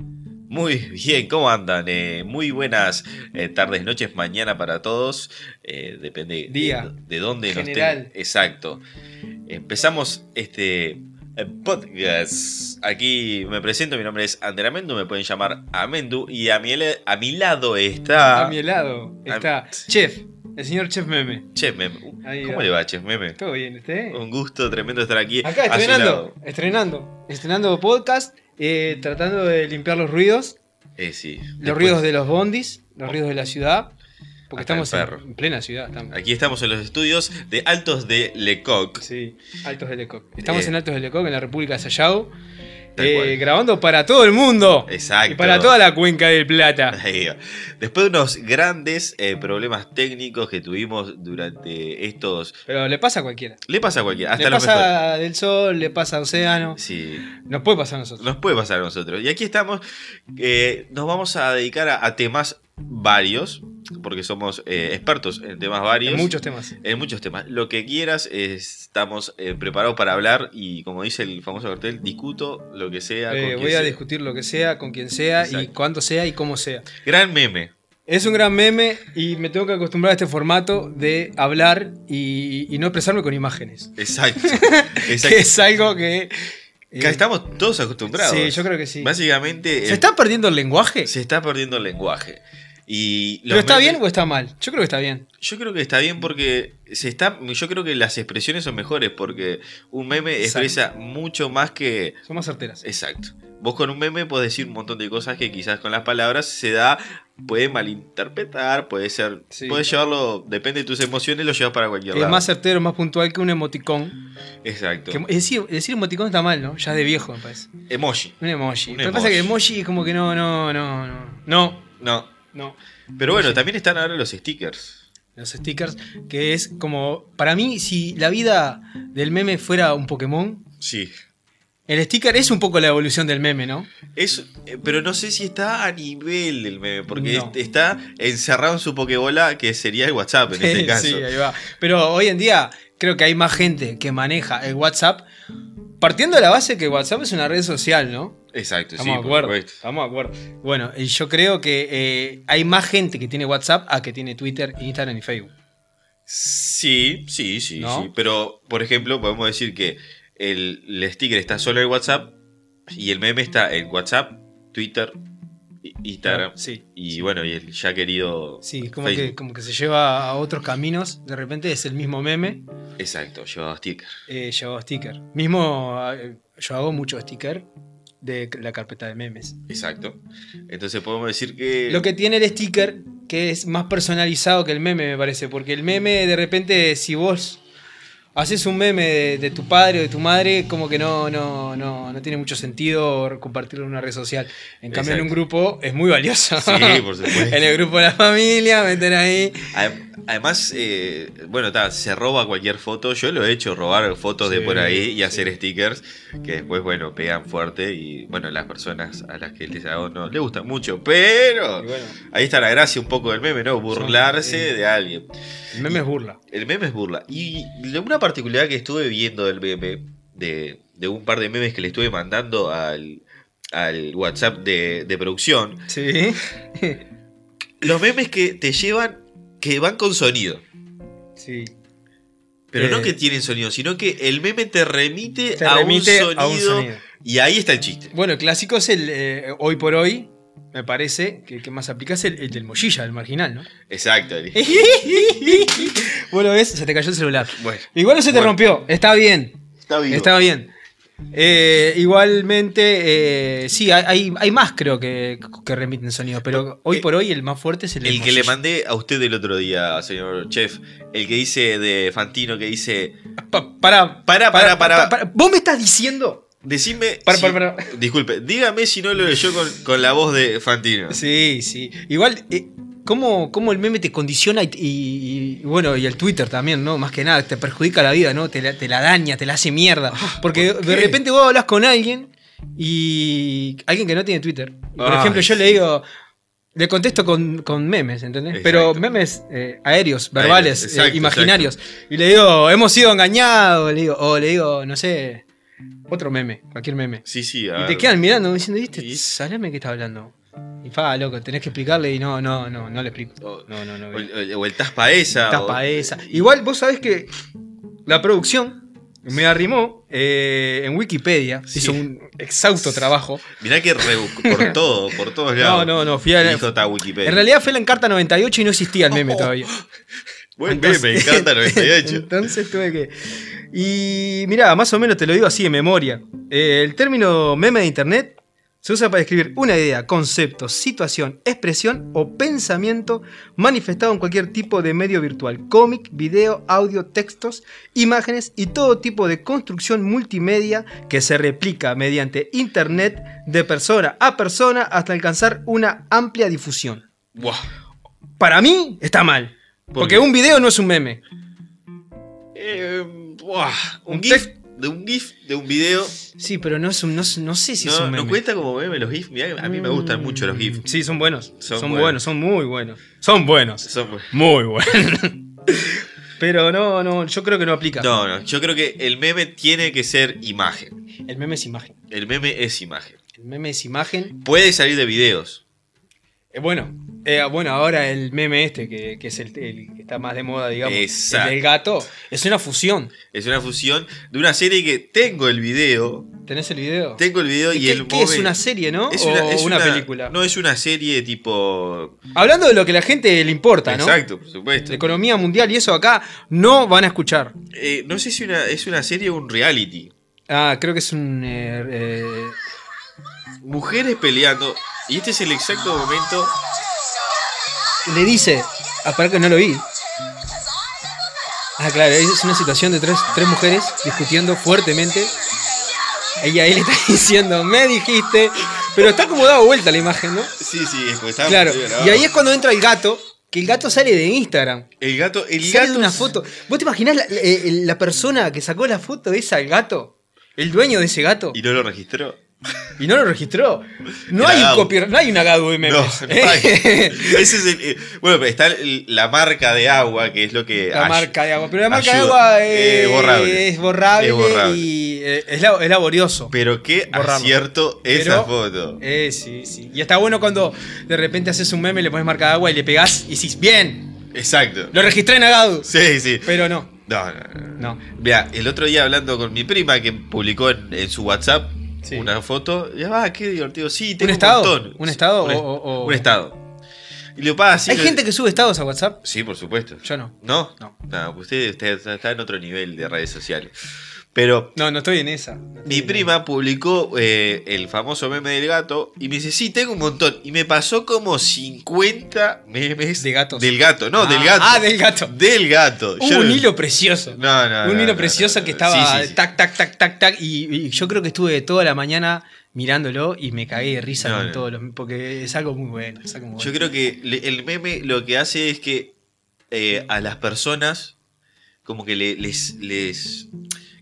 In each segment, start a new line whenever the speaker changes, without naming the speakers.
Muy bien, ¿cómo andan? Eh, muy buenas eh, tardes, noches, mañana para todos. Eh, depende
Día.
De, de dónde nos
General.
estén. Exacto. Empezamos este eh, podcast. Aquí me presento, mi nombre es Ander Amendu, me pueden llamar Amendu. Y a mi, ele- a mi lado está.
A mi helado
Ah,
está Chef, el señor Chef Meme.
Chef Meme.
Ahí
¿Cómo
va.
le va, Chef Meme?
¿Todo bien usted?
Un gusto tremendo estar aquí.
Acá
a su
estrenando,
lado.
estrenando, estrenando podcast, eh, tratando de limpiar los ruidos,
Eh, sí.
los
Después-
ruidos de los bondis, los ruidos de la ciudad, porque
Hasta el
estamos en,
perro.
en plena ciudad. Estamos,
Aquí estamos en los estudios de Altos de Lecoq.
sí, Altos del Lecoq. Estamos
Eh.
en Altos del Lecoq, en la República de Sayago,
Tal
eh,
cual.
grabando para todo el mundo
Exacto.
y para toda la cuenca del Plata.
Ahí va. Después de unos grandes eh, problemas técnicos que tuvimos durante estos.
Pero le pasa a cualquiera.
Le pasa a cualquiera, hasta
le
a los mejores.
pasa del sol, le pasa a océano,
Sí,
nos puede pasar a nosotros.
nos puede pasar a nosotros. Y aquí estamos. eh, nos vamos a dedicar a, a temas varios, porque somos eh, expertos en temas varios.
En muchos temas.
En muchos temas. Lo que quieras, eh, estamos eh, preparados para hablar y, como dice el famoso cartel, discuto lo que sea. con
Eh,
quien
voy a
sea.
discutir lo que sea, con quien sea, y
Exacto.
cuándo sea y cómo sea.
Gran meme.
Es un gran meme y me tengo que acostumbrar a este formato de hablar y, y no expresarme con imágenes.
Exacto.
Que
Exacto.
es algo que. eh,
Que Estamos todos acostumbrados.
Sí, yo creo que sí.
Básicamente.
¿Se
eh,
está perdiendo el lenguaje?
se está perdiendo el lenguaje. Y los
¿Pero está
memes-
bien o está mal? Yo creo que está bien.
Yo creo que está bien porque se está. Yo creo que las expresiones son mejores porque un meme
Exacto.
expresa mucho más que.
Son más certeras.
Exacto. Vos con un meme podés decir un montón de cosas que quizás con las palabras se da. Puede malinterpretar, puede ser.
Sí.
Puedes llevarlo. Depende de tus emociones, lo llevas para cualquier
Es
lado.
más certero, más puntual que un emoticón.
Exacto.
Que- es decir, decir emoticón está mal, ¿no? Ya es de viejo, me parece.
Emoji.
Un emoji.
Un
Pero pasa que el
emoji.
emoji es como que no, no, no, no. No,
No.
no.
Pero bueno, también están ahora los stickers.
los stickers, que es como, para mí, si la vida del meme fuera un Pokémon,
Sí.
el sticker es un poco la evolución del meme, ¿no?
Es, eh, pero no sé si está a nivel del meme, porque
No.
est- está encerrado en su pokebola, que sería el WhatsApp en este caso.
sí, ahí va. Pero hoy en día creo que hay más gente que maneja el WhatsApp, partiendo de la base que WhatsApp es una red social, ¿no?
Exacto, sí,
Estamos de
por
acuerdo.
supuesto.
Estamos de acuerdo. Bueno, y yo creo que eh, hay más gente que tiene WhatsApp a que tiene Twitter, Instagram y Facebook.
Sí, sí, sí,
¿No?
sí. Pero, por ejemplo, podemos decir que el, el sticker está solo en WhatsApp y el meme está en WhatsApp, Twitter, i- Instagram.
Sí.
Y bueno, y el ya querido.
Sí, es como que,
Facebook.
como que se lleva a otros caminos, de repente es el mismo meme,
Exacto, llevaba sticker.
Eh, yo hago sticker. Mismo, eh, yo hago mucho sticker de la carpeta de memes.
Exacto. Entonces podemos decir que.
Lo que tiene el sticker, que es más personalizado que el meme, me parece, porque el meme, de repente, si vos haces un meme de, de tu padre o de tu madre, como que no, no, no, no tiene mucho sentido compartirlo en una red social. En cambio, en un
Exacto.
grupo es muy valioso.
Sí, por supuesto.
en el grupo de la familia, meter ahí.
Adem- Además, eh, bueno, ta, se roba cualquier foto. Yo lo he hecho, robar fotos de
Sí,
por ahí y
sí.
hacer stickers que después, bueno, pegan fuerte y, bueno, las personas a las que les hago no les gusta mucho. Pero
Y bueno,
ahí está la gracia un poco del meme, ¿no? Burlarse
eh,
de alguien.
el meme es burla.
El meme es burla. Y de una particularidad que estuve viendo del meme, de, de un par de memes que le estuve mandando al, al WhatsApp de, de producción,
Sí.
los memes que te llevan, que van con sonido.
sí.
Pero no
Eh,
que tienen sonido, sino que el meme te remite,
Te
a,
remite
un sonido,
a un sonido.
Y ahí está el chiste.
Bueno, el clásico es el eh, hoy por hoy, me parece, que, que más aplicas el, el del mochilla, el marginal, ¿no?
Exacto. Eli.
bueno, ves, se te cayó el celular.
Bueno,
Igual no se te
Bueno.
rompió, está bien,
está vivo.
está bien. Eh, igualmente, eh, sí, hay- hay, hay más creo que, que remiten sonidos, pero hoy por hoy el más fuerte es el del
Eh, El que le
mochilla.
mandé a usted el otro día, señor chef, el que dice de Fantino, que dice,
Pa- Pará,
Pará, pará, pará.
¿Vos me estás diciendo?
decime...
Pará,
si-
pará, pará.
Disculpe, dígame si no lo leyó con, con la voz de Fantino.
Sí, sí. Igual, eh, ¿cómo, cómo el meme te condiciona y, y- y, bueno, y el Twitter también, ¿no? Más que nada, te perjudica la vida, ¿no? Te la, te la daña, te la hace mierda. Porque
Ah, ¿por
de
qué?
repente vos hablas con alguien y alguien que no tiene Twitter. Y, Por
Ay,
ejemplo, yo
Ah, sí.
le digo, le contesto con, con memes, ¿entendés? Pero
Exacto.
memes eh, aéreos, verbales,
Aéreos,
eh,
exacto,
imaginarios. Y le digo, hemos sido engañados, le digo, o le digo, no sé, otro meme, cualquier meme.
Sí, sí, a
Y
ver.
te quedan mirando diciendo, ¿viste?
Y-
Salame que está hablando. Y fa, loco, tenés que explicarle y no, no, no, no le explico.
O,
No, no, no.
o el, o el Taspa esa.
Estás
o-
pa' esa. Igual vos sabés que la producción me arrimó eh, en Wikipedia.
Sí.
Hizo un exhausto trabajo.
Mirá que rebuscó por todo, por todos
No,
lados.
no, no, fui a la-
Hizo ta Wikipedia.
En realidad fue la encarta 98 y no existía el meme
Oh,
todavía.
Buen meme, me encanta 98.
Entonces tuve que. Y mirá, más o menos te lo digo así de memoria. Eh, el término meme de internet se usa para describir una idea, concepto, situación, expresión o pensamiento manifestado en cualquier tipo de medio virtual: cómic, video, audio, textos, imágenes y todo tipo de construcción multimedia que se replica mediante internet de persona a persona hasta alcanzar una amplia difusión.
Buah.
Para mí está mal. porque
qué?
un video no es un meme.
Eh, buah. Un,
Un
GIF.
text-
De un GIF, de un video.
Sí, pero no, es un, no, es- no sé si es
No,
un meme.
no cuenta como meme los GIFs. Mirá que a mí me gustan mucho los GIFs.
Sí, son buenos.
Son
Son,
buenos.
buenos. son muy buenos. Son buenos.
Son-
Muy buenos. pero no, no, yo creo que no aplica.
No, no. Yo creo que el meme tiene que ser imagen.
El meme es imagen.
El meme es imagen.
El meme es imagen.
Puede salir de videos.
Eh, bueno, eh, bueno, ahora el meme este, que, que es el, el que está más de moda, digamos.
Exacto.
El del gato. Es una fusión.
Es una fusión de una serie que tengo el video.
¿Tenés el video?
Tengo el video y
¿Qué,
el
qué es
mome-
una serie, no?
Es
o
una, es
una,
una-
película.
No, es una serie tipo.
Hablando de lo que a la gente le importa, ¿no?
Exacto, por
De
supuesto.
economía mundial y eso acá no van a escuchar.
Eh, no sé si una, es una serie o un reality.
Ah, creo que es un. eh, eh,
Mujeres peleando. Y este es el exacto momento.
le dice. Ah, pará que no lo vi. Ah, claro, es una situación de tres, tres mujeres discutiendo fuertemente. Ella ahí le está diciendo, me dijiste. Pero está como dado vuelta la imagen, ¿no?
Sí, Ah, sí, es porque estaba
Claro.
muy grabado.
Y ahí es cuando entra el gato, que el gato sale de Instagram.
El gato. El
sale
gato
de una foto. ¿Vos te imaginás la, la- la persona que sacó la foto de esa al gato? El dueño de ese gato.
Y no lo registró.
Y no lo registró. No
Era
hay, un
Gadu.
copyright, no hay una Gadu de
No,
memes.
no hay. Ese es el- eh, bueno, pero está el- la marca de agua, que es lo que.
La
ay-
marca de agua. Pero la marca
Eh, ayuda.
de agua eh,
Eh,
es,
borrable.
borrable.
Es borrable.
y eh, es, la- es laborioso.
Pero qué
Borrarlo.
acierto esa
Pero-
foto.
Eh, sí, sí. Y está bueno cuando de repente haces un meme, le pones marca de agua y le pegás y dices, bien,
Exacto.
lo registré en Agadu.
Sí, sí.
Pero no,
No, no, no.
no.
Mira, el otro día hablando con mi prima que publicó en, en su WhatsApp
Sí.
una foto, y ah, qué divertido, sí, tengo un,
estado?
montón.
¿Un estado
Un,
o- o-
un estado. Y le digo, pa, sí,
Hay
lo-
gente que sube estados a WhatsApp.
Sí, por supuesto.
Yo no.
¿No?
No.
usted, usted está- está en otro nivel de redes sociales. Pero
No, no estoy en esa. No estoy
mi
en
prima publicó eh, el famoso meme del gato y me dice, sí, tengo un montón. Y me pasó como 50 memes.
De gatos.
Del gato, no,
Ah,
del gato.
ah, del gato.
Del gato.
Hubo
Yo-
un hilo precioso.
No, no,
un
no,
hilo
no,
precioso
no,
que
no.
estaba
Sí, sí, sí.
tac, tac, tac, tac, tac. Y, y yo creo que estuve toda la mañana mirándolo y me cagué de risa
No,
con
no.
todos los. Porque es algo muy bueno. es algo muy
Yo creo
bueno.
que le- el meme lo que hace es que eh, a las personas como que le- les, les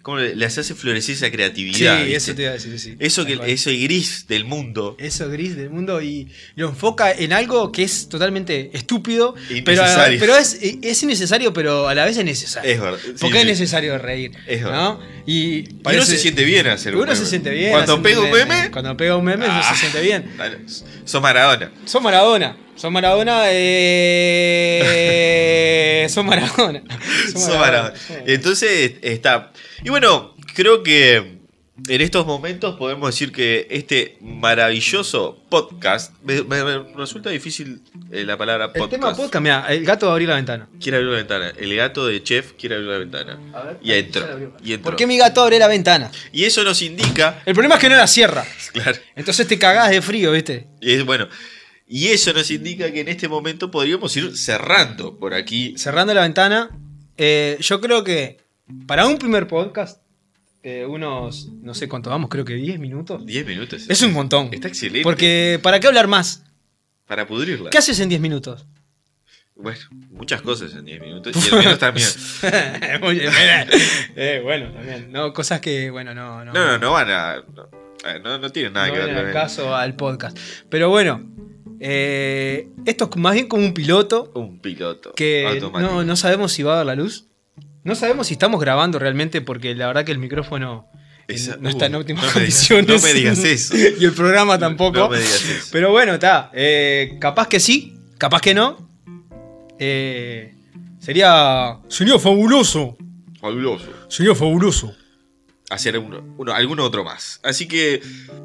como le- les hace florecer esa creatividad.
Sí,
¿viste?
eso te iba a decir, sí.
Eso
Tal
que
cual.
eso y gris del mundo.
Eso gris del mundo y lo enfoca en algo que es totalmente estúpido. Pero,
Innecesario.
pero es, es innecesario, pero a la vez es necesario.
Es verdad. sí,
porque
sí.
es necesario reír.
Es verdad.
¿no? Y,
Y
parece-
uno se siente bien hacer
y
un
uno se
meme.
siente bien.
Cuando pega
haciendo
un meme,
Cuando pega un meme, uno
ah,
se siente bien.
dale, sos Maradona.
Son Maradona. Son Maradona. Eh... son Maradona. Son
Sos Maradona.
son Maradona.
Entonces está. Y bueno, creo que en estos momentos podemos decir que este maravilloso podcast. Me, me- me resulta difícil eh, la palabra
El
podcast.
tema podcast, mira, el gato va a abrir la ventana.
Quiere abrir la ventana. El gato de Chef quiere abrir la ventana. Y entró. Y entró.
¿Por qué mi gato abre la ventana?
Y eso nos indica.
El problema es que no la cierra.
Claro.
Entonces te cagás de frío, ¿viste?
Y es- bueno. Y eso nos indica que en este momento podríamos ir cerrando por aquí.
Cerrando la ventana, eh, yo creo que para un primer podcast, eh, unos, no sé cuánto vamos, creo que 10 minutos.
10 minutos.
Es un montón.
Está excelente.
Porque, ¿para qué hablar más?
Para pudrirla.
¿Qué haces en 10 minutos?
Bueno, muchas cosas en 10 minutos. Y el menos también.
Muy bien, mira. Eh, bueno, también. No, cosas que, bueno, no. No,
No, no, no van a. No, eh, no, no tienen nada
no
que ver
vienen
con
al
el-
caso al podcast. Pero bueno, eh, esto es más bien como un piloto
Un piloto.
que
automático.
no, no sabemos si va a dar la luz. No sabemos si estamos grabando realmente porque la verdad que el micrófono
Esa-
no está en
uh,
óptimas
no me digas-
condiciones.
no me digas eso.
y el programa tampoco.
No me digas eso.
Pero bueno, está. eh, capaz que sí, capaz que no. Eh, sería. Sería fabuloso.
Fabuloso.
Sería fabuloso.
Hacer uno, uno- alguno otro más. Así que,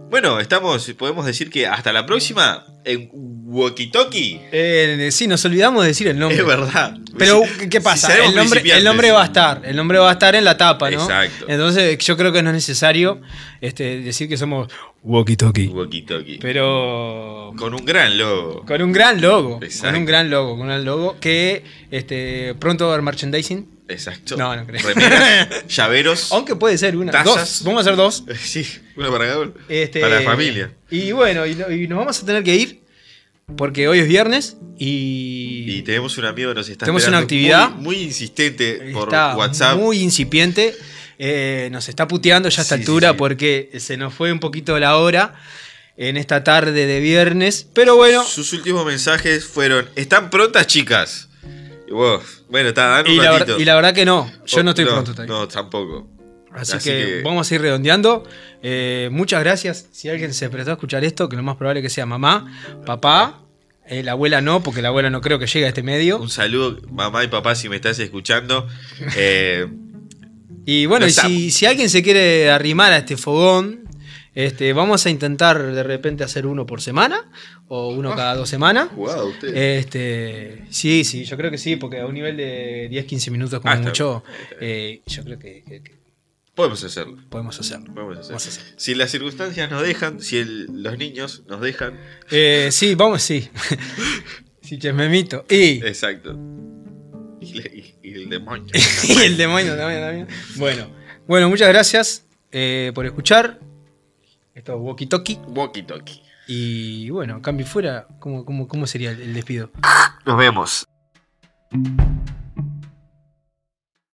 bueno, estamos, podemos decir que hasta la próxima en Walkie Talkie.
Eh, sí, nos olvidamos de decir el nombre.
Es verdad.
Pero,
Si-
¿qué
si
pasa?
sabemos
el, nombre, el
principiantes.
nombre va a estar. El nombre va a estar en la tapa, ¿no?
Exacto.
Entonces, yo creo que no es necesario este, decir que somos Walkie Talkie.
Walkie Talkie.
Pero.
Con un gran logo.
Con un gran logo.
Exacto.
Con un gran logo. Con un gran logo. Que este, pronto va a haber merchandising.
Exacto.
No, no creo.
Remeras, llaveros.
Aunque puede ser una.
Tazas.
Dos. Vamos a hacer dos.
Sí, una para cada uno.
Este,
Para la familia.
Y bueno, y, no- y nos vamos a tener que ir. Porque hoy es viernes. Y.
Y tenemos un amigo que nos está
Tenemos
esperando
una actividad.
muy, muy insistente por
está
WhatsApp.
muy incipiente. eh, nos está puteando ya a esta
Sí, sí,
altura
sí.
porque se nos fue un poquito la hora en esta tarde de viernes. Pero bueno.
Sus últimos mensajes fueron: ¿Están prontas, chicas? Y vos, bueno, está, dando
Y
un
la, ver-
ratito.
y la verdad que no. Yo
Oh,
no estoy pronto todavía.
No, tampoco.
Así,
Así
que,
que-
vamos a ir redondeando. Eh, muchas gracias. Si alguien se prestó a escuchar esto, que lo más probable que sea mamá, papá, eh, la abuela no, porque la abuela no creo que llegue a este medio.
Un saludo, mamá y papá, si me estás escuchando. Eh,
Y bueno, y
Los amo.
si, si alguien se quiere arrimar a este fogón, este, vamos a intentar de repente hacer uno por semana o uno cada dos semanas.
jugado usted.
Eh, Este, sí, sí, yo creo que sí, porque a un nivel de 10-15 minutos como
Ah, está
mucho, eh, yo creo que, que- que
Podemos hacerlo.
podemos hacerlo.
Vamos a hacer.
Vamos a hacer.
Si las circunstancias nos dejan, si el- los niños nos dejan.
Eh, sí, vamos, sí. sí, chismemito. Y,
Exacto. Y, le- y- y el demonio.
y el demonio también, también. Bueno, bueno, muchas gracias eh, por escuchar. Esto es Walkie Talkie.
Walkie talkie.
Y bueno, cambio y fuera, ¿cómo, cómo, cómo sería el- el despido?
Nos vemos.